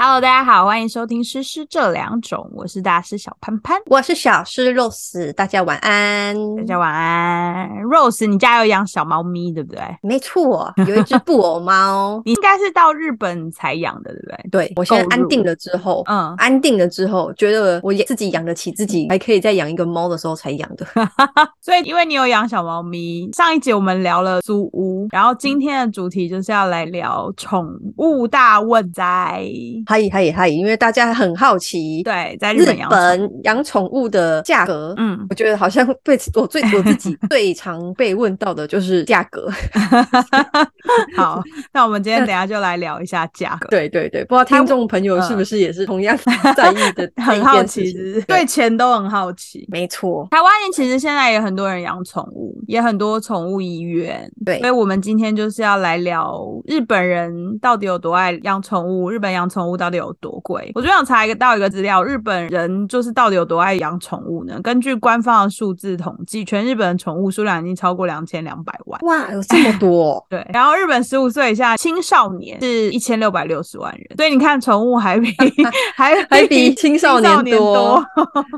Hello，大家好，欢迎收听《诗诗这两种》，我是大师小潘潘，我是小诗 Rose，大家晚安。大家晚安。Rose，你家有养小猫咪对不对？。没错，有一只布偶猫你应该是到日本才养的对不对？ 对我现在购入安定了之后，嗯，安定了之后，觉得我也自己养得起自己，还可以再养一个猫的时候才 养的。所以因为你有养小猫咪，上一集我们聊了租屋，然后今天的主题就是要来聊宠物大问哉。嗨嗨嗨！因为大家很好奇，对，在日日本养宠物，本养宠物的价格，嗯，我觉得好像被我最我自 己最常被问到的就是价格。 好，那我们今天等一下就来聊一下价格。对对对，不知道听众朋友是不是也是同样 在意的这嗯 很一好件事奇，情是不是对钱都很好奇。没错，台湾人其实现在也很多人养宠物，也很多宠物医院，对所以我们今天就是要来聊日本人到底有多爱养宠物，日本养宠物到底有多贵。我就想查一个到一个资料，日本人就是到底有多爱养宠物呢？根据官方的数字统计，全日本的宠物数量已经超过两千两百万。，哇，有这么多哦 对，然后日本十五岁以下青少年是一千六百六十万人，所以你看宠物还比 还还比青少年年多，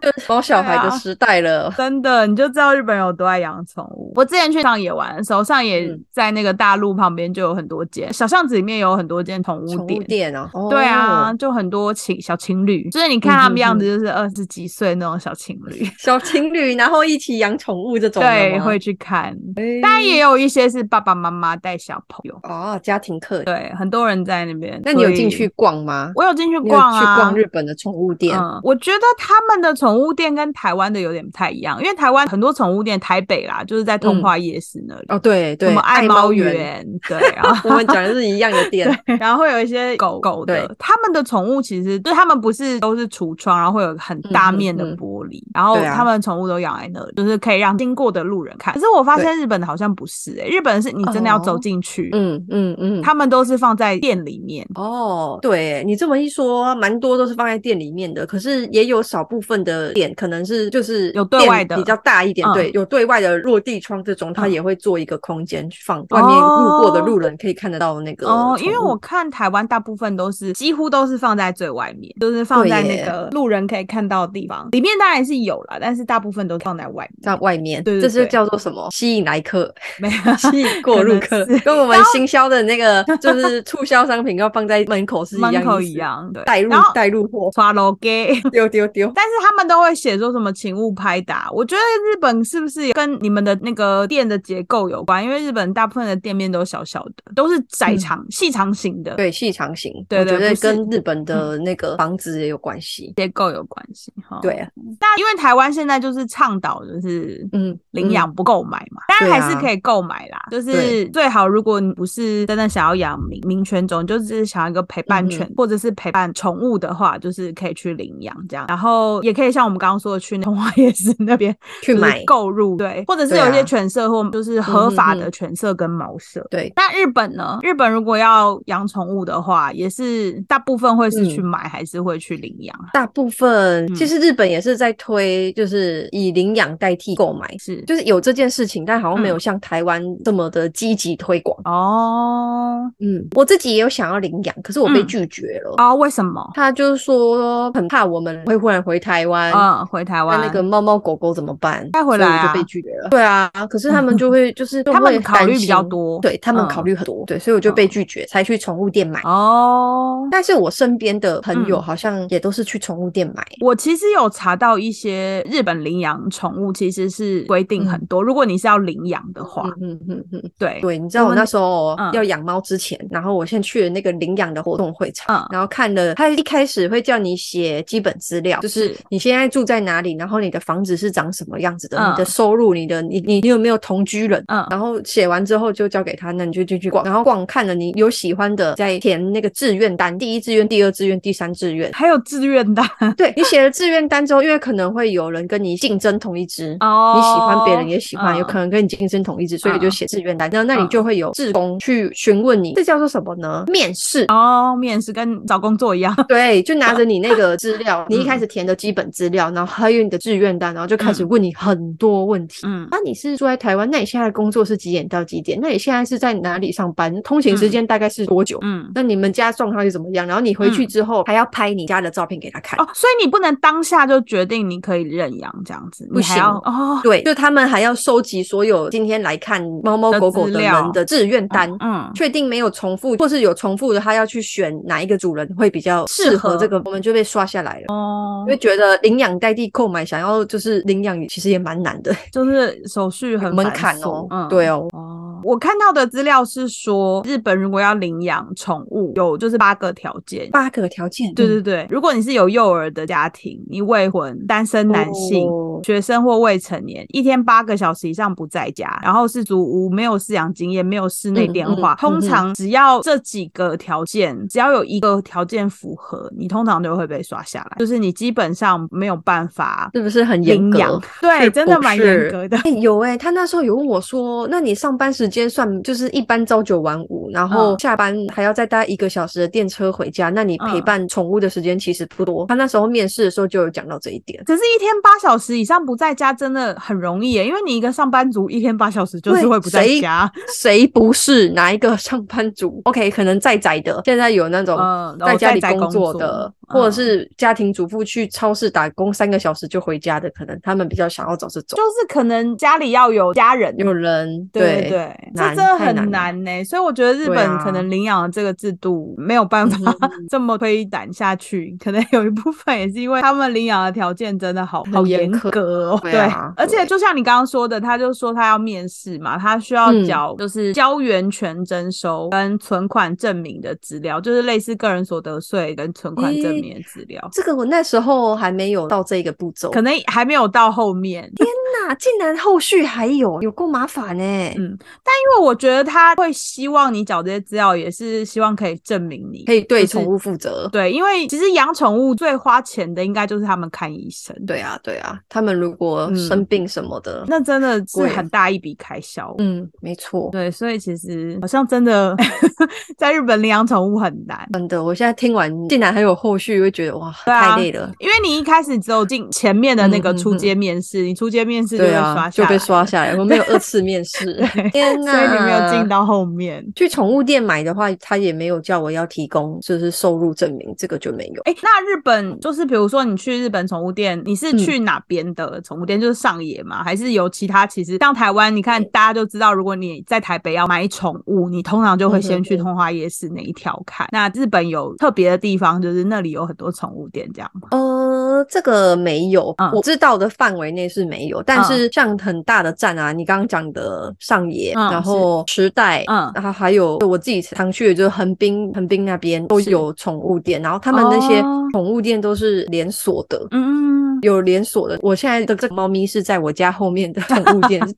就是毛小孩对的啊时代 了。真的，你就知道日本有多爱养宠物。我之前去上野玩的时候，上野嗯在那个大陆旁边就有很多间、小巷子，里面有很多间宠物宠店物。店啊，哦对啊，，就很多情小情侣，就是你看他们嗯哼样子，就是二十几岁那种小情 侣，小情侣然后一起养宠物这种的对，吗会去看。哎当然也有一些是爸爸妈妈带小朋友，哦，家庭课。对，很多人在那边。那你有进所以去？逛吗？我有进去你有逛啊，去逛日本的宠物店，嗯，我觉得他们的宠物店跟台湾的有点不太一样，因为台湾很多宠物店，台北啦，就是嗯在通化夜市那里。哦，对对，什么爱猫园，园，对，然我后们讲的是一样的店， 对， 然后会有 一些狗狗的对，他们的宠物其实就是他们不是都是橱窗，然后会有很大面的嗯嗯嗯玻璃，然后对啊他们的宠物都养在那里，就是可以让经过的路人看。可是我发现日本的好像不是、欸，日本是你真的要走哦进去，嗯嗯嗯， 他们都是放在店里面。哦，对你这么一说，蛮多都是放在店里面的，可是也有少部分的店可能是就是有对店外的比较大一点，嗯对，有对外的落地窗这种，它嗯也会做一个空间去放外面路过的哦路人可以看得到那个哦，因为宠物我看台湾大部分都是几乎都是放在最外面，就是放在对那耶个路人可以看到的地方，里面当然是有啦，但是大部分都放在外在面。外面，对对这是对叫做什么？吸引来 客，没 有，吸引过路客可能是，跟我们行销的那个就是促销商品要放在门口是一样门口一意思，样，对，带入然后带入货，刷楼给。 丢丢丢。但是他们都会写说什么请勿拍打，我觉得日本是不是跟你们的那个店的结构有关？因为日本大部分的店面都小小的，都是窄长、细长型的，嗯对，细长型，对我对觉得不是嗯跟日本的那个房子也有关系。结构有关系哈。对啊，但因为台湾现在就是倡导就是嗯，领养不购买嘛，当对然啊还是可以购买啦。就是对最好，如果你不是真的想要养名名犬种，你就只是想要一个嗯陪伴犬、或者是陪伴宠物的话，就是可以去领养这样。然后也可以像我们刚刚说的，去 通化夜市那边去就是买购入，对，或者是对啊有一些犬舍或就是合法的犬舍跟猫舍。对，那日本呢？日本如果要养宠物的话，也是大部分会是嗯去买，还是会去领养？大部分其嗯实日本也是在推，就是以领养代替购买，是就是有这件事情，但好像没有嗯像台湾这么的积极推广。哦嗯，我自己也有想要领养，可是我被嗯拒绝了。哦，为什么？他就是说很怕我们会忽然回台湾，嗯，回台那湾那个猫猫狗狗怎么办？带回所以我来啊就被拒绝了。对啊，可是他们就会就是就 他们会考担虑比较心多对他们嗯考虑很多，对，所以我就被嗯拒绝，才去宠物店买。哦，但是我身边的朋友嗯好像也都是去宠物店买，我其实有查到一些日本领养宠物其实是规定很多，如果你是要领养的话，嗯嗯嗯嗯，对，对，你知道我们那时候嗯要养猫之前，然后我先去了那个领养的活动会场，嗯然后看了，他一开始会叫你写基本资料，就是是你现在住在哪里，然后你的房子是长什么样子的，嗯你的收入，你的你你你有没有同居人。嗯然后写完之后就交给他，那你就进去逛，然后逛看了你有喜欢的，再填那个志愿单，第一志愿、第二志愿、第三志愿。还有志愿单，对你写了志愿单之后，因为可可能会有人跟你竞争同一只。哦，你喜欢别人也喜欢，嗯有可能跟你竞争同一只，所以嗯就写志愿单。那那你嗯就会有志工去询问你，这叫做什么呢？面试。哦，面试跟找工作一样，对，就拿着嗯你那个资 料，你一开始填的基本资料，然后还有你的志愿单，然后就开始问你很多问题。嗯那、你是住在台湾？那你现在的工作是几点到几点？那你现在是在哪里上班？通勤时间大概是多久？嗯。那你们家状况是怎么样？然后你回去嗯之后还要拍你家的照片给他看。哦，所以你不能当下就决定你可以认养这样子，不你还要哦，对，就他们还要收集所有今天来看猫猫狗狗的资的料人的志愿单，嗯，确定没有重复，或是有重复的，他要去选哪一个主人会比较适合这个，我们就被刷下来了。哦因为，觉得领养代替购买，想要就是领养其实也蛮难的，就是手续很门繁槛哦琐，嗯，对哦，哦，我看到的资料是说，日本如果要领养宠物，有就是八个条件。八嗯个条件，对对对，如果你是有幼儿的家庭，你未婚、单身男性、哦学生或未成年，一天八个小时以上不在家，然后是租屋，没有饲养经验，没有室内嗯电嗯话。嗯通嗯常只要这几个条件，只要有一个条件符合，你通常都会被刷下来，就是你基本上没有办法是不是很严领养格？。对，是真的不蛮是严格的。哎、有哎、他那时候有问我说，那你上班时间算就是一般朝九晚五，然后嗯下班还要再搭一个小时的电车回家，那你陪嗯伴宠物的时间其实不多。他那时候面试的时候就有讲到这一点。可是，一天八小时以上不在家真的很容易耶，因为你一个上班族一天八小时就是对会不在谁家，谁不是哪一个上班 族？OK，可能在宅的，现在有那种嗯，在家里工嗯工作的，或者是家庭主妇去超市打工三个小时就回家的，可能他们比较想要找这种就是可能家里要有家人，有人对对，这难真的太很难了难呢、所以我觉得日对本啊嗯可能领养的这个制度没有办法 这么推展下去，可能有一部分也是因为他们领养的条件真的好很好严严苛格哦。对啊而且对就像你刚刚说的，他就说他要面试嘛，他需要嗯缴就是交源权征收跟存款证明的资料，就是类似个人所得税跟存款证咦明的资料。这个我那时候还没有到这个步骤，可能还没有到后面， 那竟然后续还有，有够麻烦欸呢、嗯因为我觉得他会希望你缴这些资料，也是希望可以证明你可以对就是宠物负责。对，因为其实养宠物最花钱的应该就是他们看医生，，对啊，对啊，他们如果嗯生病什么的，那真的是贵很大一笔开销。嗯，没错。对，所以其实好像真的 在日本领养宠物很难，真的，我现在听完竟然还有后续，会觉得哇，对啊太累了。因为你一开始只有进前面的那个嗯嗯出街面试，你出街面试就被对刷下啊，来，就被刷下来，我没有二次面 试。天所以你没有哪进到后面。去宠物店买的话，他也没有叫我要提供就是收入证明，这个就没有。哎、那日本就是比如说你去日本宠物店，你是嗯去哪边的宠物店？就是上野吗？还是有其他？其实像台湾，你看嗯大家就知道，如果你在台北要买宠物，你通常就会先去嗯嗯嗯通化夜市那一条看。那日本有特别的地方，就是那里有很多宠物店这样吗。呃，这个没有，嗯我知道的范围内是没有。但是像很大的站啊，你刚刚讲的上野，嗯然后池袋，嗯然后还有我自己常去的就是横滨，横滨那边都有宠物店，然后他们那些哦宠物店都是连锁的。嗯，嗯有连锁的，我现在的这个猫咪是在我家后面的宠物店，嗯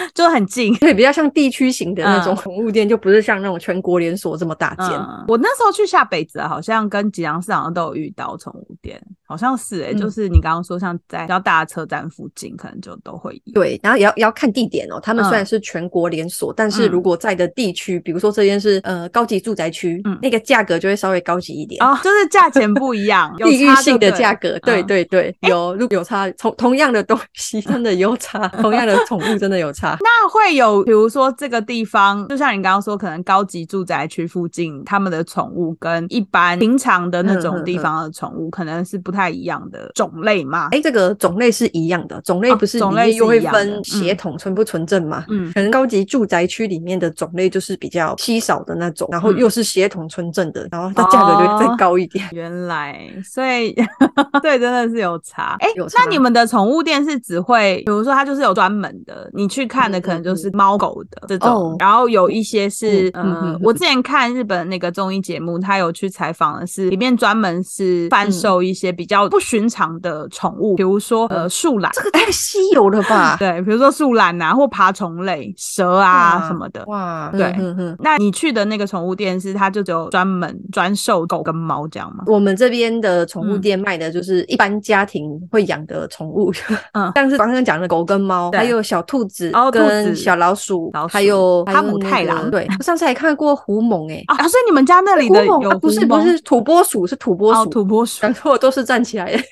就很近。对，比较像地区型的那种嗯宠物店，就不是像那种全国连锁这么大间。嗯，我那时候去下北泽，好像跟吉良市好像都有遇到宠物店，好像是哎、嗯就是你刚刚说像在比较大的车站附近，可能就都会有。对，然后也要也要看地点哦。他们虽然嗯是全国连锁，但是如嗯果在的地区，比如说这边是呃高级住宅区，嗯那个价格就会稍微高级一点，哦，就是价钱不一样，有 地域差就性的对价了格。对嗯对对，有如有差，同同样的东西真的有差，同样的宠物真的有差。那会有，比如说这个地方，就像你刚刚说，可能高级住宅区附近他们的宠物跟一般平常的那哼种哼地哼方的宠物可能是不太一样的种类嘛。哎，这个种类是一样的，种类哦不是种里类面是又会一样的分嗯血统纯不纯正嘛？嗯可能高级住宅区里面的种类就是比较稀少的那种，然后嗯又是血统纯正的，然后它价格就会哦再高一点。原来，所 以对，真的是有差。哎、有那差你们的宠物店是只会，比如说它就是有专门的，你你去看的可能就是猫狗的这种，哦然后有一些是、嗯嗯呃嗯嗯我之前看日本那个综艺节目，他有去采访的是里面专门是贩售一些比较不寻常的宠物，比如说呃树懒，啊这个太稀有了 吧？对，比如说树懒啊，或爬虫类、蛇啊哇什么的。哇，对嗯哼哼那你去的那个宠物店是它就只有专门专售狗跟猫这样吗？我们这边的宠物嗯店卖的就是一般家庭会养的宠物，嗯 像是刚刚讲的狗跟猫，对还有小兔子哦、兔跟子小老鼠老，鼠还有哈姆太还有那郎个对，我上次还看过狐獴诶，啊，所以你们家那里狐的獴有啊不是狐不獴是土拨鼠，是土拨哦，鼠，土拨鼠讲，错都是站起来的，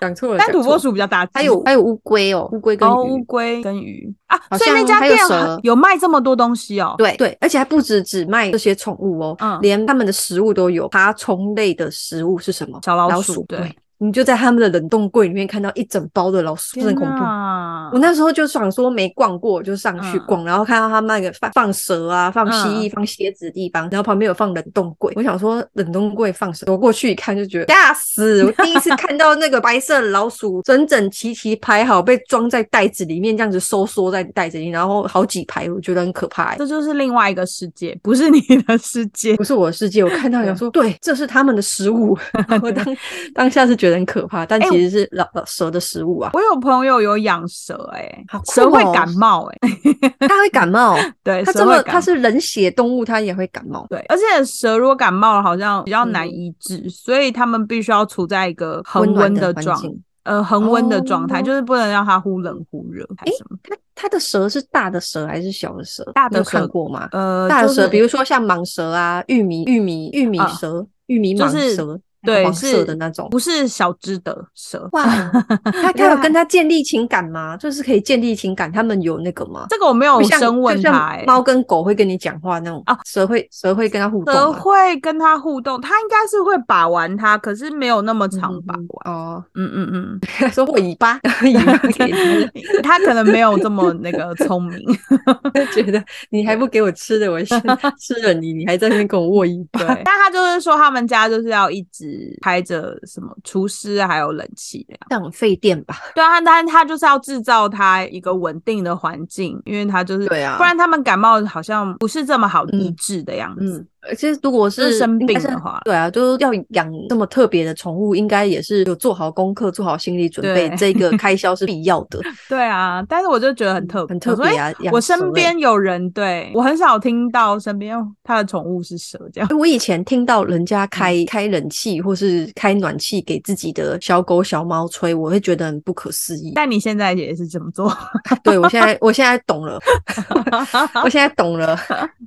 讲错了，但土讲拨错了。鼠比较大只。还有还有乌龟哦，乌龟跟哦，乌鱼，龟跟鱼啊，好所以那像家还有店蛇有卖这么多东西哦。对对，而且还不止只卖这些宠物哦，嗯连他们的食物都有。爬虫类的食物是什么？小老老鼠对对，你就在他们的冷冻柜里面看到一整包的老鼠，天是很恐怖。哪我那时候就想说没逛过，就上去嗯逛，然后看到他那个放放蛇啊、放蜥蜴、嗯放蝎子的地方，然后旁边有放冷冻柜。我想说冷冻柜放蛇，我过去一看就觉得吓死！我第一次看到那个白色的老鼠整整齐齐排好，被装在袋子里面，这样子收缩在袋子里，然后好几排，我觉得很可怕、欸。这就是另外一个世界，不是你的世界。不是我的世界，我看到想 说，对，这是他们的食物。我当当下是觉得很可怕，但哎其实是老、老蛇的食 物啊，我有朋友有养蛇、欸，好酷蛇会哦感冒、欸， 哎，它会感冒。对，它哎蛇这会么感它是冷血动物，它也会感冒。对，而且蛇如果感冒了，好像比较难嗯医治，所以他们必须要处在一个恒暖温的环状，境。呃，恒温的状态，哦就是不能让它忽冷忽热还是什么。它它的蛇是大的蛇还是小的蛇？大你有的蛇看过吗？呃，大的就蛇，是比如说像蟒蛇啊、玉米、玉米、玉米啊蛇、玉米就蟒是蛇，那个对黄色是的那 种。不是小只的蛇。哇，哦它对它有啊跟它建立情感吗？就是可以建立情感，它们有那个吗？这个我没有就像深问就它、像欸，猫跟狗会跟你讲话那种啊，蛇会蛇会跟它互动蛇吗？会跟它互动，它应该是会把玩它，可是没有那么嗯常哼把哼玩。哦，嗯嗯嗯，说我尾 巴，尾巴给你，它可能没有这么那个聪明。觉得你还不给我吃的，我先 吃了你，你还在那边跟我握尾巴。 对，但他就是说他们家就是要一直开着什么除湿啊还有冷气这样。这样很费电吧？对啊，但他就是要制造他一个稳定的环境，因为他就是对啊不然他们感冒好像不是这么好医嗯治的样子。嗯，而且如果就是是生应该病是的话对啊，就是要养这么特别的宠物，应该也是有做好功课、做好心理准备对，这 个开销是必要的。对啊，但是我就觉 得很特别，很特我说别诶啊养我蛇身欸边有人对我很少听到身边哦他的宠物是蛇这样。 我以前听到人家嗯开、开冷气或是开暖气给自己的小狗、小猫吹，我会觉得很不可思 议。但你现在也是这么做， 对我现在，我现在懂了，我现在懂了。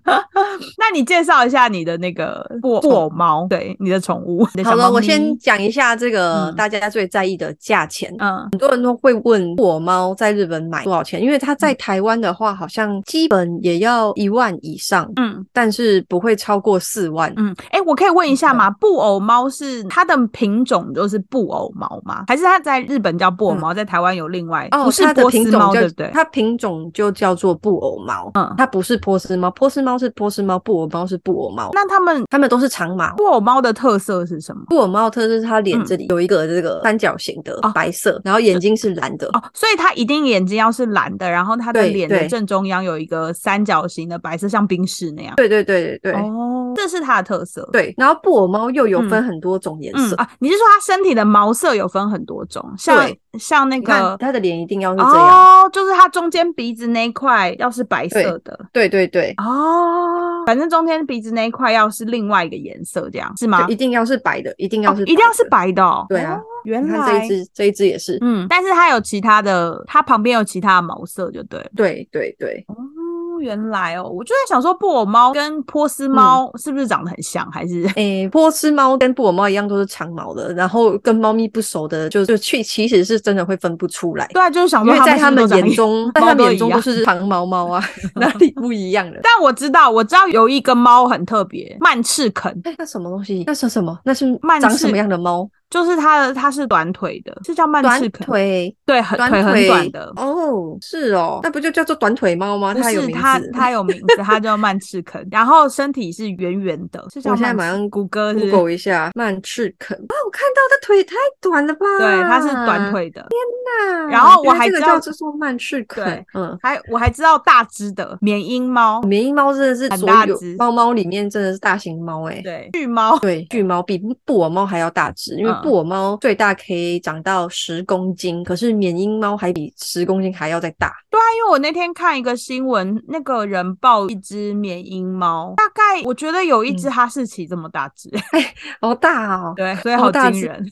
那你介绍一下你的那个布布偶猫，对你的宠物。你的好小了，猫我咪先讲一下这个嗯大家最在意的价钱。嗯很多人都会问布偶猫在日本买多少钱，因为它嗯在台湾的话，好像基本也要一万以上，嗯，但是不会超过四万。嗯，哎、我可以问一下对吗？布偶猫是它的品种就是布偶猫吗？还是它在日本叫布偶猫，在台湾有另外嗯哦，不是它的波品斯种猫，就对不对？它品种就叫做布偶猫，嗯它不是波斯猫，波斯猫是波斯猫，布偶猫是布偶猫，那它们它们都是长毛。布偶猫的特色是什么？布偶猫的特色是它脸嗯这里有一个这个三角形的哦白色，然后眼睛是蓝的，哦，所以它一定眼睛要是蓝的，然后它的对脸的对正中央有一个三角形的白色，像冰室那样。对对对对对、哦，这是它的特色。对。然后布偶猫又有分嗯很多种颜嗯色，啊，你是说它身体的毛色有分很多种，像对像那你看个它的脸一定要是这样，哦，就是它中间鼻子那一块要是白对色的，对对对，哦，反正中间鼻子那一块要是另外一个颜色，这样是吗？就一定要是白的，一定要啊哦是、一定要是。白的哦。对啊哦，原你看这来一只，这一只也是，嗯，但是它有其他的，它旁边有其他的毛色，就对了。对对对，哦，原来哦，我就在想说，布偶猫跟波斯嗯猫是不是长得很像，还是，诶，波斯猫跟布偶猫一样都是长毛的，然后跟猫咪不熟的，就就去其实是真的会分不出来对啊，就是想因说为在他它们们是不是眼都中，在长得一样 他猫们都眼一中样都是长毛猫 啊，哪里不一样了？但我知道，我知道有一个猫很特别，曼赤肯。哎，那什么东西？那是什么？那是曼长什氏么样的猫？就是它的它是短腿的，是叫曼短赤肯，腿，对，很短腿腿很短的。哦，是哦，那不就叫做短腿猫吗？不它有是名它，字。它有名字，它叫曼赤肯。然后身体是圆圆的，是叫我现在曼马赤上谷歌是不是 Google 一下曼赤肯啊，我看到它腿太短了吧？对，它是短。腿的。啊、然后我原来还这个知道叫做曼赤肯对，嗯。还我还知道大只的缅因猫，缅因猫真的是很所大有只猫猫里面真的是大型猫哎、对，巨猫，对，巨猫比布偶猫还要大只，因为嗯布偶猫最大可以长到十公斤，可是缅因猫还比十公斤还要再大。因为我那天看一个新闻，那个人抱一只缅因猫，大概我觉得有一只嗯哈士奇这么大只， 好大哦！对，所以好好大惊只人。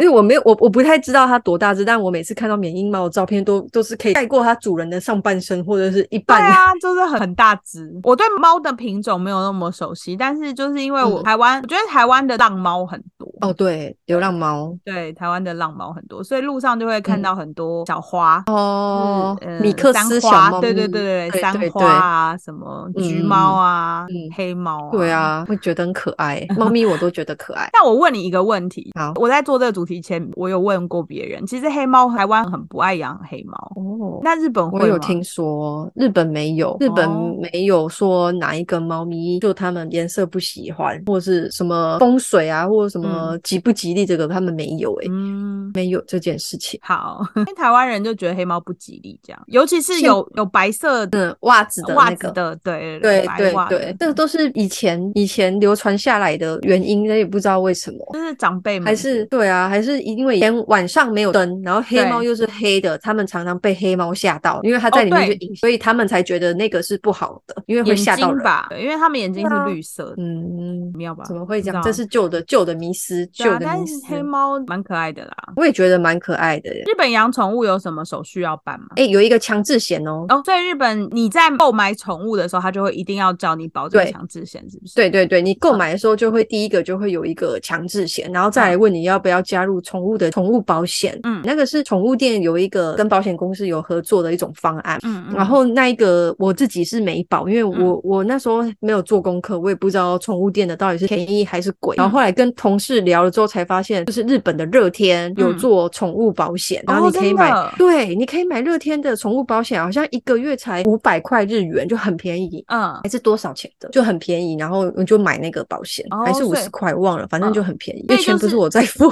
因为我没有我我不太知道它多大只，但我每次看到缅因猫的照片都都是可以盖过它主人的上半身或者是一对半。啊，就是很很大只。我对猫的品种没有那么熟悉，但是就是因为我嗯台湾，我觉得台湾的浪猫很多。哦，对，流浪猫对，台湾的浪猫很多，所以路上就会看嗯到很多小花，哦就是，米嗯呃克三斯小花猫对咪，对对对三对花啊，什么橘猫啊，嗯嗯黑猫啊，对。啊，会觉得很可 爱，猫咪我都觉得可爱。那我问你一个问题，好我在做这个主题前，我有问过别人，其实黑猫台湾很不爱养黑猫，哦，那日本我会有吗？听说，日本没有，日本哦没有说哪一个猫咪就他们颜色不喜欢，或是什么风水啊，或者什么吉不吉利这个，他们没有诶、嗯，没有这件事情。好， 因为台湾人就觉得黑猫不吉利，这样，尤其是现有有白色的嗯，袜子的袜那子个。的，对对白对袜对的，，这个都是以前以前流传下来的原因，那也不知道为什么。就是长辈们还是对啊，还是因为以前晚上没有灯，然后黑猫对又是黑的，他们常常被黑猫吓到，因为它在哦里面就对隐，所以他们才觉得那个是不好的，因为会眼吓到睛人。吧，对因为他们眼睛是啊绿色的，嗯，妙吧？怎么会不知这道样？这是旧的旧的迷思，对旧啊，的但迷是思。黑猫蛮可爱的啦。我也觉得蛮可爱的耶。日本养宠物有什么手续要办吗？哎、有一个强制险哦。哦，在日本你在购买宠物的时候，他就会一定要叫你保这个对强制险，是不是？对对对，你嗯购买的时候就会第一个就会有一个强制险，然后再来问你要不要加入宠物的宠物保险。嗯那个是宠物店有一个跟保险公司有合作的一种方案。嗯，嗯然后那一个我自己是没保，因为我、我那时候没有做功课，我也不知道宠物店的到底是便宜还是贵。嗯然后后来跟同事聊了之后才发现，就是日本的乐天有嗯做宠物保险，然哦后你可以真买，的对，你可以买乐天的宠物保险，好像一个月才五百块日元，就很便宜。嗯还是多少钱的，就很便宜，然后我就买那个保险，哦还是五所以嗯十块，忘了，反正就很便宜，所因以为钱就不是是我在 付。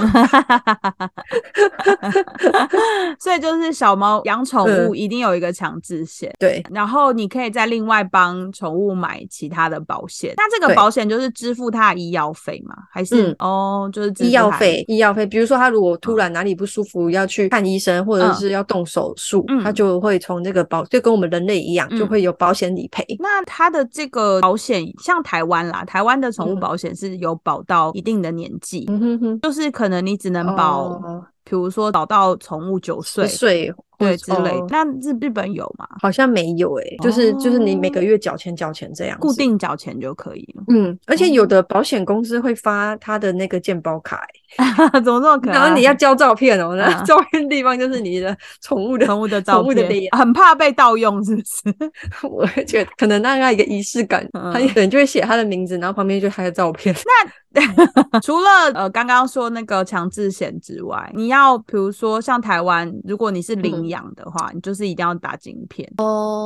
所以就是小猫养宠物一定有一个强制险。对，然后你可以再另外帮宠物买其他的保险，那这个对保险就是支付它的医药费吗？还是、嗯哦，就是支付医药它的费，医药费，比如说他如果嗯突然哪里不舒服要去看医生，或者是要动手术，嗯他就会从这个保，就跟我们人类一样，嗯就会有保险理赔。那它的这个保险，像台湾啦，台湾的宠物嗯保险是有保到一定的年纪，嗯哼哼，就是可能你只能保，哦比、如说保到宠物九岁十，岁对之类的哦。那日日本有吗？好像没有诶、就是就是你每哦个月缴钱缴钱这样子固。定缴钱就可以了， 嗯，而且有哦的保险公司会发他的那个健保卡、怎么这么可爱？然后你要交照片哦，那啊嗯照片的地方就是你的宠物的宠物的照宠物的片脸，很怕被盗用，是不是？我会觉得可能大概一个仪式感，嗯他可能就会写他的名字，然后旁边就他的照片。除了呃刚刚说那个强制险之外，你要比如说像台湾，如果你是嗯领哦养的话，你就是一定要打晶片。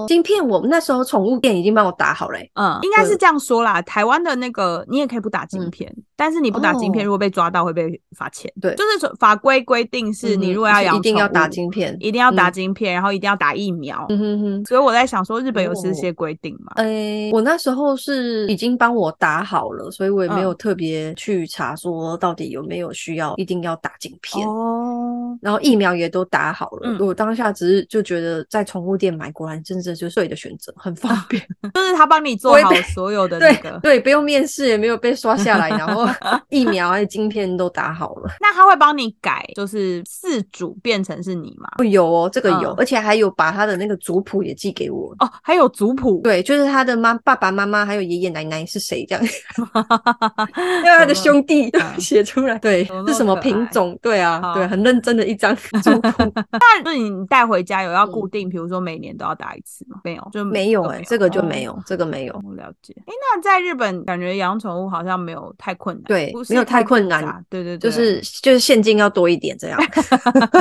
晶片我们那时候宠物店已经帮我打好了欸、嗯，应该是对这样说啦。台湾的那个你也可以不打晶嗯片，但是你不打晶片，哦如果被抓到会被罚钱。对就是说法规规定是你嗯如果要是养一定要宠打物，晶片。一定要打嗯晶片，然后一定要打疫苗。嗯哼哼。所以我在想说，日本有这哦些规定吗？诶、我那时候是已经帮我打好了，所以我也没有嗯特别去查说到底有没有需要一定要打晶片。哦，然后疫苗也都打好了，嗯我当下只是就觉得在宠物店买，果然真的就是对的选择，很方便。 就是他帮你做我也好被所有的那对个，对，不用面试，也没有被刷下来，然 后疫苗还有晶片都打好了。那他会帮你改，就是饲主变成是你吗？哦，有哦，这个有，嗯而且还有把他的那个族谱也寄给我。哦，还有族谱，对，就是他的妈、爸爸妈妈还有爷爷奶奶是谁这样， 因还有他的兄弟都嗯写出来。对怎么，那是么什么可品爱种？对啊，对，好很认真的一 张族谱。那就是你带回家有要固嗯定，比如说每年都要打一次吗？没有，哦就没有欸哎、哎、这个就没有。有，这个没有。我了解。哎、那在日本感觉养宠物好像没有太困难，对不没有是太困复难杂，对对对，就是就是现金要多一点 这样，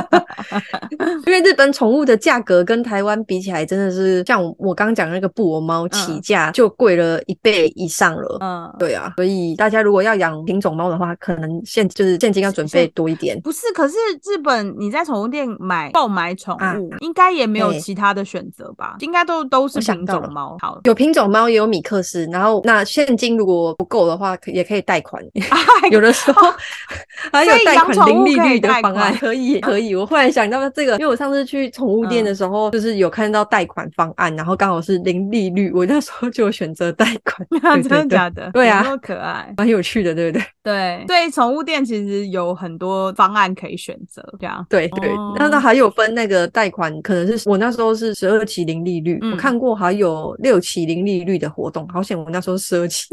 因为日本宠物的价格跟台湾比起来，真的是像我我刚讲那个布偶猫起嗯价就贵了一倍以上了。嗯。对啊，所以大家如果要养品种猫的话，可能现就是现金要准备多一点。不是，可是日本你在宠物店买购买宠啊物，应该也没有对其他的选择吧？应该都都是我想品到种了猫。好，有品种猫，也有米克斯，然后那现金如果不够的话，可也可以贷 款。有的时 候还有哦所以贷养款宠零物利可以率的贷方案，款，可以可以。我忽然想到这个，因为我上次去宠物店的时候，就是有看到贷款方案，然后刚好是零利率，我那时候就选择贷款对真的对对，假的？对有啊那么可爱。蛮有趣的，对不哦对？对对，宠物店其实有很多方案可以选择，这样。对对哦，那它还有分那个贷款，可能是我那时候是十二期零利率，嗯我看过还有六期零利率的活动，好险我那时候十二 期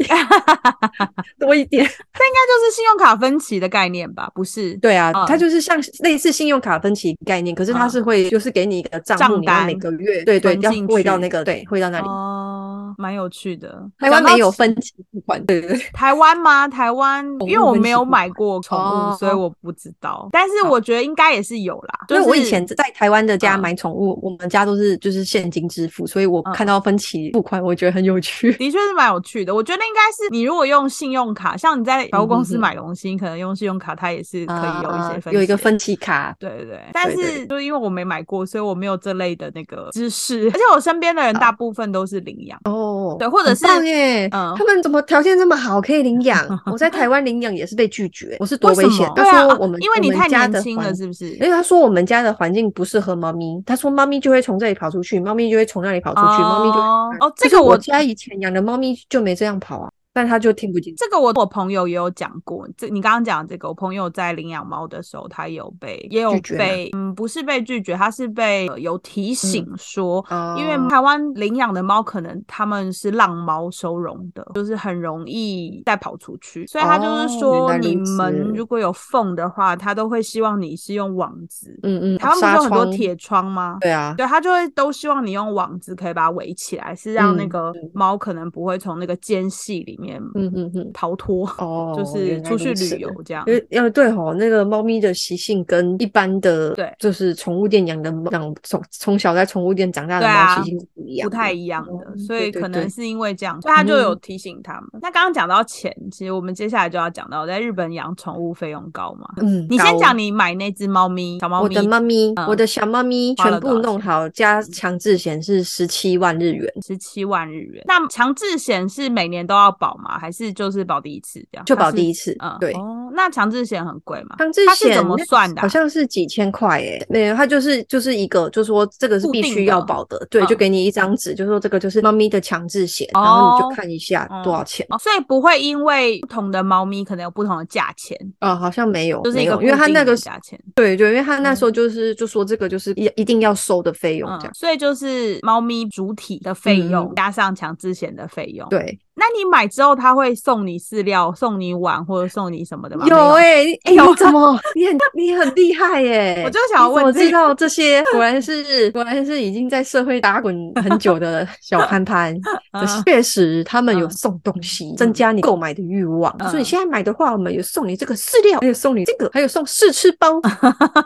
多一点。应该就是信用卡分期的概念吧？不是？对啊，嗯它就是像类似信用卡分期概念，可是它嗯是会就是给你一个账账户，你要每单个月对对存要进汇到去那个对汇到那里。哦，蛮有趣的。台湾讲到没有分期付款，对对对，台湾吗？台湾，因为我没有买过宠物，哦所以我不知道。 但是我觉得应该也是有啦，因就为是我以前在台湾的家嗯买宠物，我们家都是就是现金支付，所以我嗯看到分期付款，我觉得很有趣。的确是蛮有趣的。我觉得应该是你如果用信用卡，像你在百货公司嗯嗯嗯买东西，你可能用信用卡，它也是 可以有一些啊分、有一个。分期卡，对对对，但对是就因为我没买过，所以我没有这类的那个知识， 而且我身边的人大部分都是领养，哦，对或者很是棒耶，嗯他们怎么条件这么好，可以领养？ 我在台湾领养也是被拒绝，我是多为什危险么？？对他啊说，我们因为你我们太家年的轻环哎了，是不是？因为他说我们家的环境不适合猫咪，他说猫咪就会从这里跑出去，猫咪就会从那里跑出去，猫咪就会哦哦，这可是个我我家以前养的猫咪就没这样跑啊，但他就听不进去。这个我我朋友也有讲过，这你刚刚讲这个，我朋友在领养猫的时候，他有被也有拒绝吗嗯被，嗯，不是被拒绝，他是被、呃有提醒说。哦因为台湾领养的猫，可能他们是浪猫收容的，就是很容易再跑出去，所以他就是哦原说，来你如此门如果有缝的话，他都会希望你是用网子。嗯嗯，台湾不是纱有很多窗铁窗吗？对啊，对，他就会都希望你用网子可以把它围起来，是让那嗯个嗯猫可能不会从那个间隙里面嗯嗯嗯，逃脱，哦，就是原来出去如此旅游这样。因为因为对吼，那个猫咪的习性跟一般的，对就是宠物店养的猫，养从从小在宠物店长大的对啊猫习性是不一样不的，太一样的，哦所对以对可能对是因为这样，所以他就有嗯提醒他们。那刚刚讲到钱，其实我们接下来就要讲到在日本养宠物费用高嘛。嗯，你先高讲你买那只猫咪，小猫我咪嗯的猫咪，我的小猫咪花了全多部少弄钱好加强制险是十七万日元，十七万日元。那强制险是每年都要保吗？还是就是保第一次这样？就它保是第一次嗯，，对。哦，那强制险很贵吗？强制它是险怎么那算的啊好像是几千块诶、没有，它就是就是一个，就说这个是固必定须要的保的，对，就嗯给你一张纸，就说这个就是猫咪的强制险，然后你哦就看一下多少钱。哦，所以不会因为不同的猫咪可能有不同的价钱，哦，好像没有，就是没一个有，因为固他定那的个是价钱。对对，因为他那时候嗯就是就说这个就是一一定要收的费用这嗯样，，所以就是猫咪主体的费用、嗯加上强制险的费用。，对，那你买之后，它会送你饲料、送你碗或者送你什么的吗？没有哎、欸，哎、有啊你怎 么？你很你很厉害耶、我就想要你怎么问这知道这些，果然是果然是已经在社会打滚很久的 小潘潘。嗯 可是确实，他们有嗯送东西，增加你购买的欲望。所以嗯现在买的话，我们有送你这个饲料，还有送你这个，还有送试吃包。嗯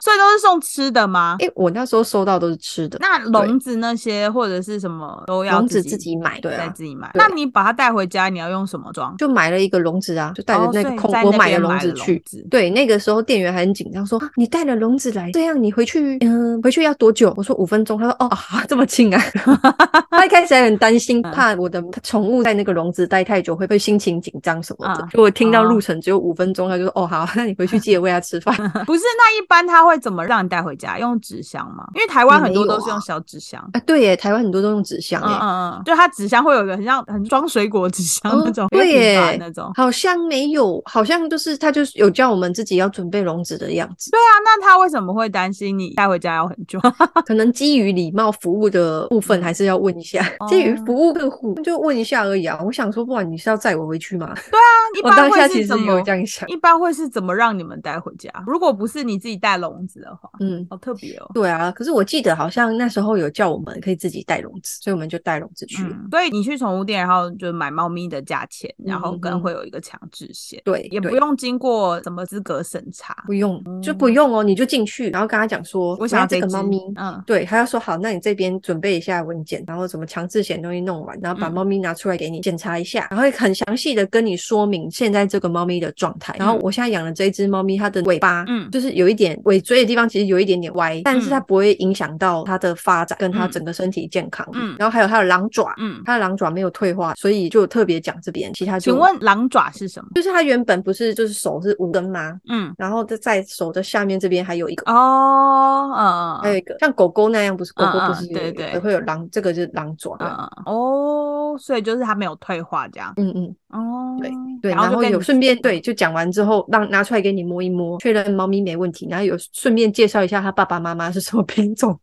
所以都是送吃 的吗？哎、我那时候收到都是吃的，那笼子那些或者是什么都要笼子自己自己买，对再啊。自己买。对那你把它带回家，你要用什么装？就买了一个笼子啊，就带着哦那所个以空、在我那买边的笼买子了笼去。子 对，那个时候店员还很紧张，说、啊、你带了笼子来，这样你回去，嗯、回去要多久？我说五分钟。他说哦、啊，这么近啊。他一开始还很担嗯心，怕我的宠物在那个笼子待太久会不会心情紧张什么的。嗯就我听到哦路程只有五分钟，他就说哦好，那你回去记得喂它吃饭。不是，那一般它会怎么让你带回家？用纸箱吗？因为台湾很多都是用小纸箱。啊，对耶，台湾很多都用纸箱嗯耶。嗯嗯，就它纸箱会有一个很像很装水果的纸箱那哦种，对一个平板耶那种。好像没有，好像就是他就是有叫我们自己要准备笼子的样子，对啊，那他为什么会担心你带回家 要很久？可能基于礼貌服务的部分，还是要问一下。嗯哦基于服务客户，就问一下而已啊。我想说，不然你是要载我回去吗？一我般当会下其是实怎也有么？这样想。一般会是怎么让你们带回家？如果不是你自己带笼子的话，嗯，好特别哦。对啊。可是我记得好像那时候有叫我们可以自己带笼子，所以我们就带笼子去了。嗯，所以你去宠物店，然后就买猫猫咪的价钱，然后跟会有一个强制险，嗯对，也不对用经过什么资格审查。不用就不用哦，你就进去，然后跟他讲说，我想要这个只猫咪，嗯，对，他要说好，那你这边准备一下文件，然后什么强制险东西弄完，然后把嗯猫咪拿出来给你检查一下，然后会很详细的跟你说明现在这个猫咪的状态。然后嗯我现在养的这一只猫咪，它的尾巴，嗯就是有一点尾椎的地方其实有一点点歪，但是它不会影响到它的发展跟它嗯整个身体健康。嗯然后还有它的狼爪，嗯，它的狼爪没有退化，所以就特别讲这边，其他就请问狼爪是什么？就是它原本不是就是手是五根吗？嗯，然后在在手的下面这边还有一个。哦，嗯，还有一个像狗狗那样，不是狗狗嗯不嗯是对对也会有狼，这个就是狼爪。对嗯，嗯哦，所以就是它没有退化这样，嗯嗯，哦，对，然然后就后跟有你顺便对，就讲完之后让拿出来给你摸一摸，确认猫咪没问题，然后有顺便介绍一下它爸爸妈妈是什么品 种，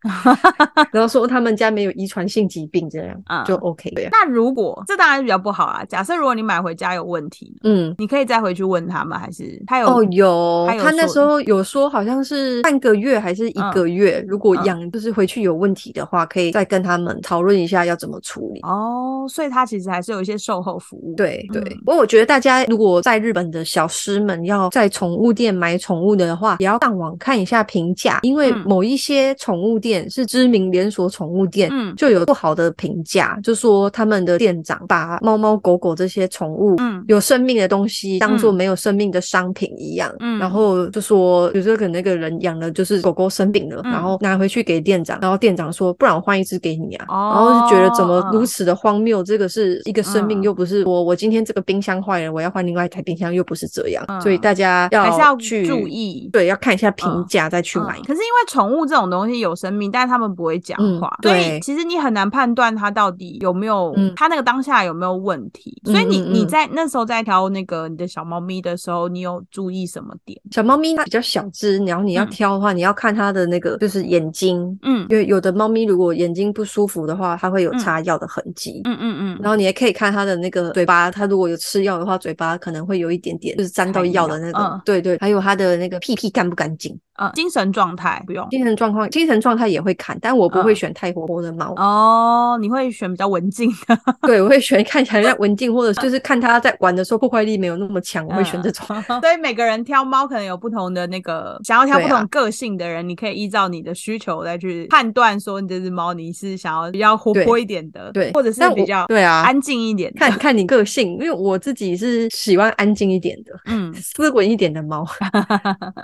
然后说他们家没有遗传性疾病，这样嗯就 OK 对啊。那如果这当然是比较不好啊。假设如果你买回家有问题呢，嗯，你可以再回去问他们，还是他有哦，有他有他那说嗯时候有说好像是半个月还是一个月，如果养就是回去有问题的话，可以再跟他们讨论一下要怎么处理。哦，所以他其实还是有一些售后服务。，对对，嗯不过我觉得大家如果在日本的小师们要在宠物店买宠物的话，也要上网看一下评价，因为嗯某一些宠物店是知名连锁宠物店，嗯就有不好的评价，就说他们的店长把猫猫狗狗这些宠物。嗯有生命的东西当做嗯没有生命的商品一样，嗯然后就说，比如说可能那个人养了就是狗狗生病了，嗯然后拿回去给店长，然后店长说，不然我换一只给你啊，哦然后就觉得怎么嗯如此的荒谬，这个是一个生命，嗯又不是我，我今天这个冰箱坏了，我要换另外一台冰箱，又不是这样，嗯所以大家要还是要去注，意。对，要看一下评价再去买嗯。可是因为宠物这种东西有生命，但是他们不会讲嗯话，所以对其实你很难判断它到底有没有嗯它、那个当下有没有问题。所以你嗯嗯你嗯在那时候在挑那个你的小猫咪的时候，你有注意什么点？小猫咪它比较小只，然后你要嗯挑的话，你要看它的那个就是眼睛，嗯因为有的猫咪如果眼睛不舒服的话，它会有嗯擦药的痕迹。嗯嗯嗯，然后你也可以看它的那个嘴巴，它如果有吃药的话，嘴巴可能会有一点点，就是沾到菜药的药那嗯种。对对，还有它的那个屁屁干不干净，呃，精神状态不用精神状况，精神状态也会看，但我不嗯会选太活泼的猫， 哦，你会选比较文静的。对我会选看起来像文静，或者就是看它在玩的时候破坏力没有那么强，我会嗯选这种。所以每个人挑猫可能有不同的那个，想要挑对不啊同个性的人，你可以依照你的需求再去判断说你这只猫你是想要比较活泼一点的，对，或者是但我比较对啊，安静一点的。看看你个性，因为我自己是喜欢安静一点的。 嗯斯文一点的 猫，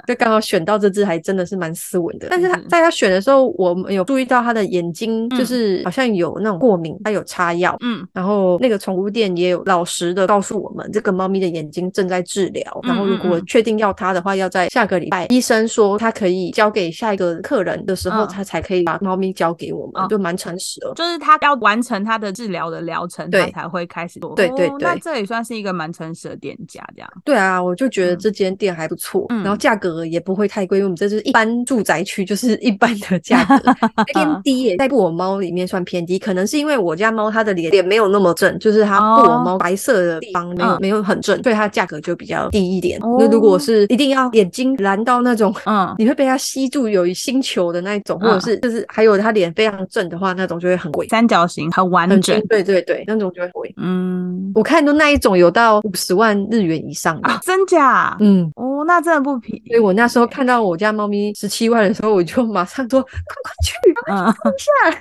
就刚好选到这只，还真的是蛮斯文的。但是它在它选的时候，我们有注意到它的眼睛，嗯就是好像有那种过敏，它有擦药。嗯然后那个宠物店也有老实的告诉我们，这个猫咪的眼睛正在治疗。嗯然后如果确定要它的话，要在下个礼拜，医生说它可以交给下一个客人的时候，嗯它才可以把猫咪交给我哦们，就蛮诚实的。就是他要完成他的治疗的疗程，他对才会开始做。对对哦那对这也算是一个蛮诚实的店家，这样。对啊，我就觉得嗯这间店还不错，嗯然后价格也不会太贵，因为我们这就是一般住宅区，就是 一般的价格，还嗯偏低耶、在布偶猫里面算偏低，可能是因为我家猫它的脸脸没有那么正，就是它哦布偶猫白色的地方没有、嗯没有很正，所以它价格就比较低一点。哦那如果是一定要眼睛蓝到那种。嗯，你会被它吸住，有星球的那一种，或者嗯是就是还有它脸非常正的话，那种就会很贵，三角形很完很整正。。对对对，那种就会贵。嗯我看都那一种有到五十万日元以上的，啊，真假？嗯，哦，那真的不便宜。所以我那时候看到我家猫咪十七万的时候，我就马上说：“快快去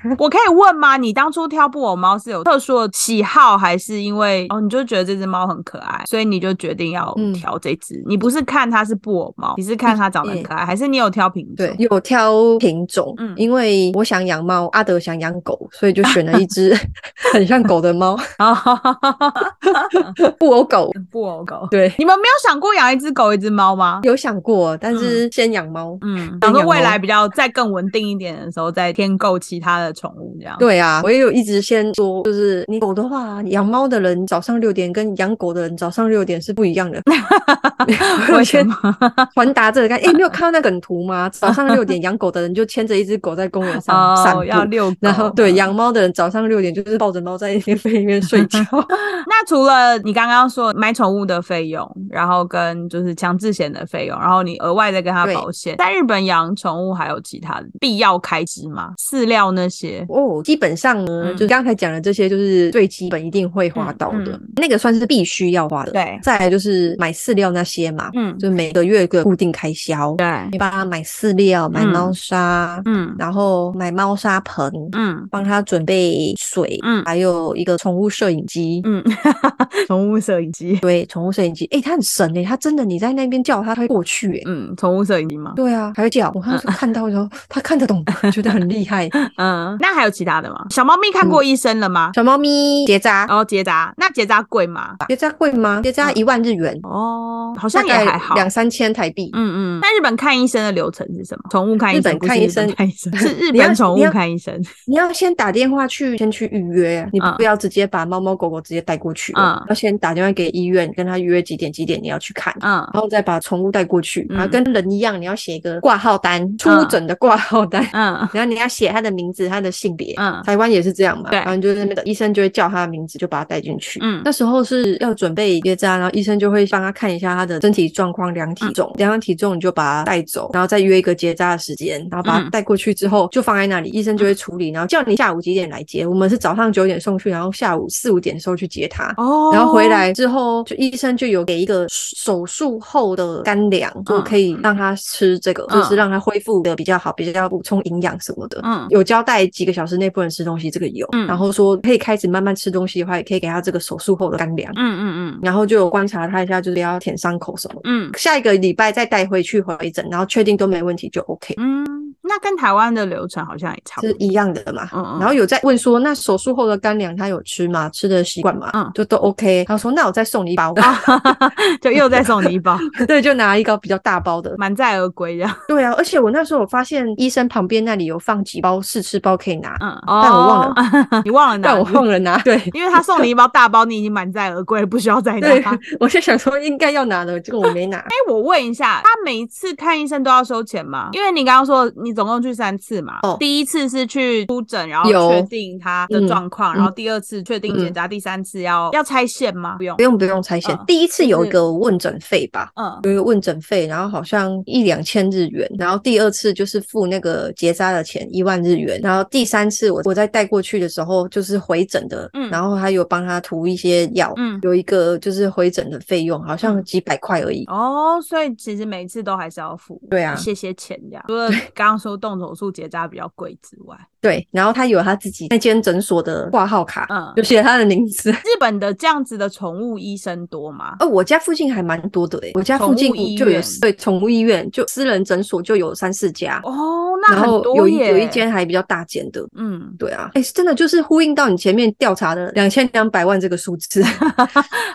嗯，我可以问吗？你当初挑布偶猫是有特殊的喜好，还是因为哦你就觉得这只猫很可爱，所以你就决定要嗯挑这只？你不是看它是布偶猫，你是看它长得很可爱，还是你有挑品！”种？ 对，有挑品种，嗯因为我想养猫，阿德想养狗，所以就选了一只 很像狗的猫，啊，布偶狗。布偶狗。 对，你们没有想过养一只狗，一只猫吗？有想过，但是先养猫。嗯，先想说养未猫来比较再更稳定一点的时候，再添购其他的宠物这样。，对啊，我也有一直先说，就是你狗的话，养猫的人早上六点跟养狗的人早上六点是不一样的。 为我什先么？传达这个概念，哎、你有看到那梗图吗？早上六点养狗的人就牵着一只狗在公园上散步，哦，嗯要遛狗。 然后对养猫的人，早上六点就是抱着猫在那边被里面睡觉。那除了你刚刚说买宠物的费用，然后跟就是强制险的费用，然后你额外再跟它对保险。在日本养宠物还有其他的必要开支吗？饲料那些？哦，基本上呢，嗯就刚才讲的这些，就是最基本一定会花到的，嗯嗯那个算是必须要花的。对再来就是买饲料那些嘛，嗯，就每个月的固定开销，对，你帮它买饲料、买嗯猫砂，嗯然后买猫砂盆，嗯帮它准备水，嗯还有一个宠物摄影机。 嗯， 宠物摄影机，对，宠物摄影机，诶、它很神诶、它真的，你在那边叫它，它会过去诶、嗯，宠物摄影机吗？对啊，还会叫。我刚刚就看到的时候，它看得懂，觉得很厉害。嗯，那还有其他的吗？小猫咪看过医生了吗？小猫咪结扎，然后结扎，那结扎贵吗？结扎贵吗？结扎一万日元，嗯哦，好大像也还概好。两三千台币。嗯嗯，那日本看医生的流程是什么？宠物看医日生本不是看医日本生看医生是 日你要本宠你物要看医生。你要先打电话去，先去预约啊，你嗯不要直接把猫猫狗狗直接带过去哦，嗯要先打电话给医院，跟他约几点几点你要去看。嗯然后再把宠物带过去，嗯然后跟人一样，你要写一个挂号单，出诊的挂号单， 嗯然后你要写他的名字、他的性别。嗯台湾也是这样嘛，对然后你就是那个医生就会叫他的名字，就把他带进去。嗯那时候是要准备结扎，然后医生就会帮他看一下他的身体状况、量嗯体重，量完体重你就把他带走，然后再约一个结扎的时间，然后把嗯他带过去之后就放在那里，医生就会处理，然后叫你下午几点来接。我们是早上九点送去，然后下午四五点的时候去接他。哦，然后回来之后，就医生就有给一个手术后的干粮，就可以让他吃这个，嗯就是让他恢复的比较好，比较补充营养什么的。嗯有交代几个小时内不能吃东西，这个有。嗯然后说可以开始慢慢吃东西的话，也可以给他这个手术后的干粮。嗯嗯嗯然后就有观察他一下，就是不要舔伤口什么的。嗯下一个礼拜再带回去回诊，然后确定都没问题就 OK，嗯，那跟台湾的流程好像也差不是多。一样的嘛。嗯嗯，然后有在问说，那手术后的干粮他有吃吗？吃的习惯吗？嗯就都 OK。他说那我再送你一包。啊， 就又再送你一包， 对，就拿一个比较大包的。满载而归这样。对啊，而且我那时候我发现医生旁边那里有放几包试吃包可以拿，嗯，哦，但我忘了， 你忘了拿，但我忘了拿。 对，因为他送你一包大包，你已经满载而归，不需要再拿。对哎， 我就想说应该要拿的，结果我没拿。我问一下，他每一次看医生都要收钱吗？因为你刚刚说你总共去三次嘛，哦第一次是去出诊，然后有确定他的嗯状况，嗯然后第二次确定检查，第三次要要拆线吗？不 用不，用不用拆线嗯，第一次就有一是个问诊费吧，嗯有一个问诊费，然后好像一两千日元，然后第二次就是付那个结扎的钱一万日元，然后第三次我我再带过去的时候就是回诊的，嗯然后还有帮他涂一些药，嗯，有一个就是回诊的费用，好像嗯几百块而已。哦，所以其实每一次都还是要付，对啊一些些钱这样。 除了刚刚说动手术结扎比较贵之外，对，然后他有他自己那间诊所的挂号卡，嗯，有写他的名字。日本的这样子的宠物医生多吗？哦，我家附近还蛮多的诶、欸我家宠附物近医就有院私对宠物医院，就私人诊所就有三四家，哦，那然很后多有一耶，有一间还比较大间的。嗯，对啊，哎，真的就是呼应到你前面调查的两千两百万这个数 字，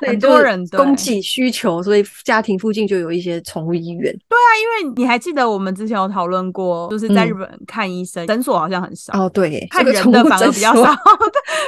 对很就多是人对供给需求，所以家庭附近就有一些宠物医院。因为你还记得我们之前有讨论过，就是在嗯日本看医生，诊所好像很少，哦，对耶，看这个人宠的物反而诊比较所 少，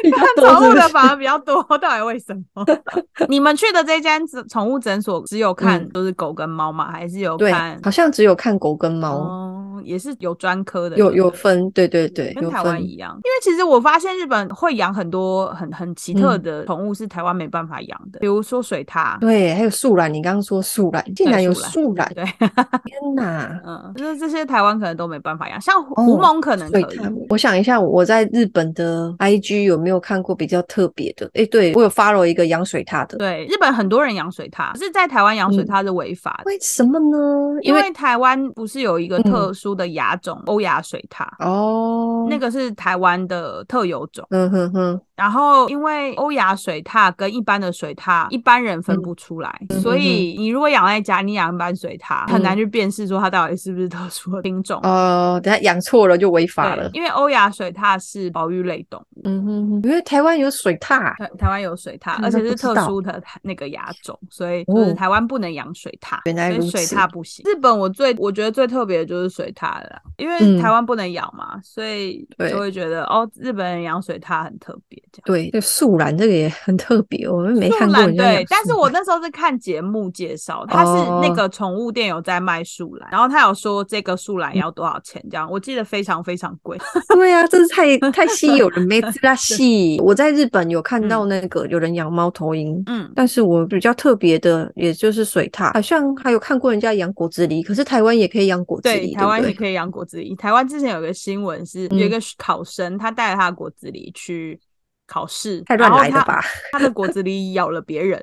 比较看多，宠是物不的是？反而比较多，到底为什么？ 你们去的这间诊宠物诊所只有看嗯就是狗跟猫吗？还是有对看，？好像只有看狗跟猫，哦，也是有专科的，有对不有对分，对对对，跟有台湾分。一样，因为其实我发现日本会养很多很很奇特嗯的宠物，是台湾没办法养的，比如说水獭，对，还有素兰，你刚刚说素兰，竟对然有素兰素兰，对， 天哪！嗯，就是这些台湾可能都没办法养，像狐哦狐獴可能所可以以，他们，我想一下，我在日本的 IG 有没有看过比较特别的？诶，对我有 follow 一个养水獭的，对，日本很多人养水獭，可是在台湾养水嗯獭是违法的，为什么呢？因因为为台湾不是有一个嗯特殊的亚种欧亚水獭，哦，那个是台湾的特有种。嗯哼哼，然后，因为欧亚水獭跟一般的水獭，一般人分不出来，嗯所以你如果养在家，你养一般水獭，很难去辨识说它到底是不是特殊的品种。哦，等下养错了就违法对了，。因为欧亚水獭是保育类动物，嗯哼哼，因为台湾有水獭，台台湾有水獭，嗯而且那是不知特道殊的那个亚种，所以就是哦台湾不能养水獭，原来所以如水此獭不行。日本我最我觉得最特别的就是水獭了啦，因为嗯台湾不能养嘛，所以对就会觉得哦，日本人养水獭很特别。这样。对，这素兰这个也很特别，我们没看过树懒人家养对，但是素我兰 那时候是看节目介绍，它是哦那个宠物店有在卖树懒，然后他有说这个树嗯懒要多少钱，这样我记得非常非常贵。对啊，这是太太稀有了，没知 道细。我在日本有看到那个有人养猫头鹰。嗯，但是我比较特别的，也就是水獭，好像还有看过人家养果子狸，可是台湾也可以养果子对，狸，台湾不也对？嗯可以养果子狸。台湾之前有个新闻是有一个考生，他带了他的果子狸去考试，太乱然后来了他 吧？他的果子狸咬了 别人，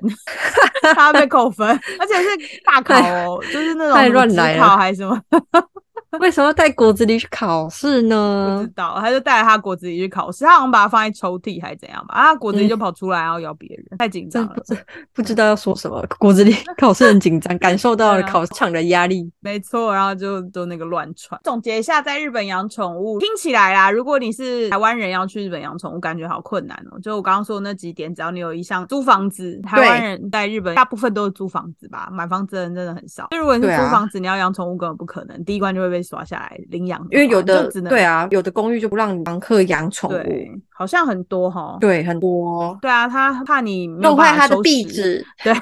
他被扣分，而且是大考哦，就是那种太什么乱职来了考还是什么，为什么要带果子狸去考试不呢知？道，他就带着他果子狸去考试，他好像把它放在抽屉还是怎样吧，啊，果子狸就跑出来然后咬别人，太紧张真了哎不，知不知道要说什么，果 子狸考试很紧张，感受到了对啊考场的压力。没错，然后就都那个乱窜。总结一下，在日本养宠物，听起来啦，如果你是台湾人要去日本养宠物，感觉好困难哦。就我刚刚说的那几点，只要你有一项租房子，台湾人在日本大部分都是租房子吧，买房子的人真的很少。就如果你是对啊租房子，你要养宠物根本不可能，第一关就会被刷下来领养的话，因为有哦你的就只能对啊，有的公寓就不让房客养宠物，对，好像很多哈。对，很多对啊，他怕你没有弄办坏法它的收壁拾，纸， 对，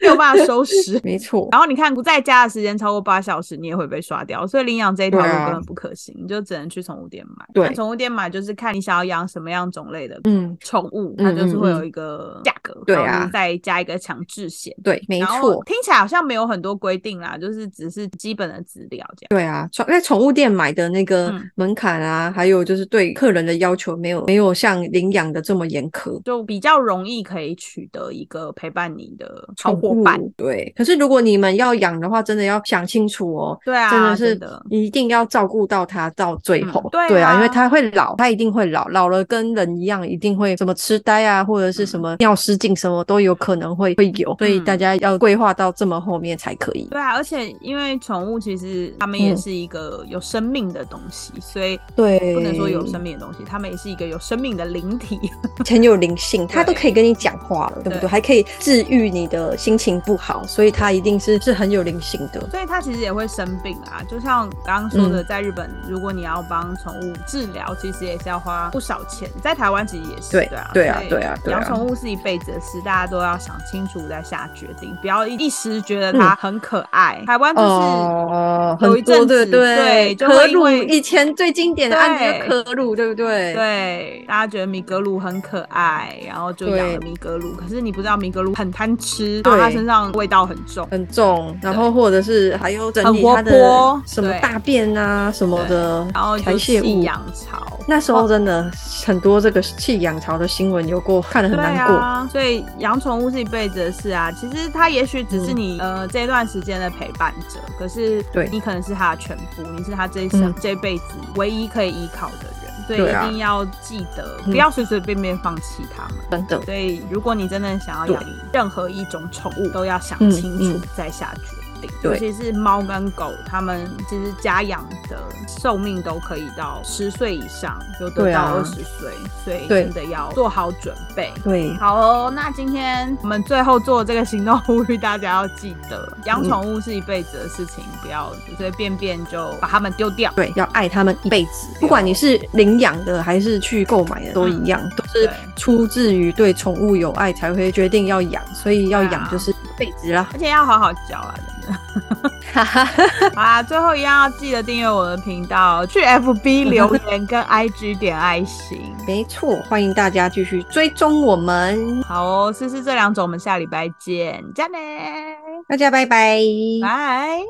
没有办法收拾。没错。然后你看不在家的时间超过八小时，你也会被刷掉，所以领养这一条路对啊根本不可行，你就只能去宠物店买。对那宠物店买就是看你想要养什么样种类的嗯，宠物，嗯它就是会嗯有一个价格，对啊然后你再加一个强制险。对，没没错，听起来好像没有很多规定啦，就是只是基本的资料这样。对啊，宠在宠物店买的那个嗯门槛啊，还有就是对客人的要求没有没有像领养的这么严苛。就比较容易可以取得一个陪伴你的好宠伙物伴，对，可是如果你们要养的话，真的要想清楚哦，对啊，真真的是一定要照顾到它到最后。嗯对啊因为它会老，它一定会老，老了跟人一样，一定会什么痴呆啊，或者是什么尿失禁，什么都有可能会会有，所以大嗯家要规划到这么后面才可以。对啊，而且因为宠物其实它们也嗯是一个有生命的东西，所以对，不能说有生命的东西，它们也是一个有生命的灵体。 很有灵性，它都可以跟你讲话了，对不对对？还可以治愈你的心情不好，所以它一定是是很有灵性的。所以它其实也会生病啊。就像刚嗯刚说的，在日本，如果你要帮宠物治疗，其实也是要花不少钱，在台湾其实也是对啊，对啊所以对啊对啊养宠物是一辈子的事，大家都要想清楚再下决定，不要一时觉得它很可爱。台湾就是。嗯哦，有一很多阵对子不对就可会因鲁为以前最经典的案子对就可鲁，对不对？对，大家觉得米格鲁很可爱，然后就养了对米格鲁。可是你不知道米格鲁很贪吃，然后对它身上味道很重，很重，然后或者是还有整理很活它泼的什么对大便啊什么的然后排就泄弃物。养潮。那时候真的很多这个弃养潮的新闻有过，看得很对难过。啊，所以养宠物是一辈子的事啊。其实它也许只是你、呃这段时间的陪伴者，可是嗯对你可能是它的全部，你是它这一生、嗯这辈子唯一可以依靠的人，所以对啊一定要记得，嗯不要随随便便放弃它们。真的，所以如果你真的想要对养任何一种宠物，都要想嗯清楚嗯再下决定。对尤其是猫跟狗，它们其实家养的寿命都可以到十岁以上，有的对到啊二十岁，所以对真的要做好准备。对，好哦，那今天我们最后做这个行动呼吁，大家要记得养宠物是一辈子的事情，不要随随便便就把它们丢掉。对，要爱他们一辈子，不管你是领养的还是去购买的，都一样，都是嗯对出自于对宠物有爱才会决定要养，所以要对啊养就是一辈子啦。而且要好好教啊，真的。哈哈，好啦，最后一样要记得订阅我的频道，去 FB 留言跟 IG 点爱心。没错，欢迎大家继续追踪我们，好嗯哦，试试这两种，我们下礼拜见，加呢，大家拜拜。拜。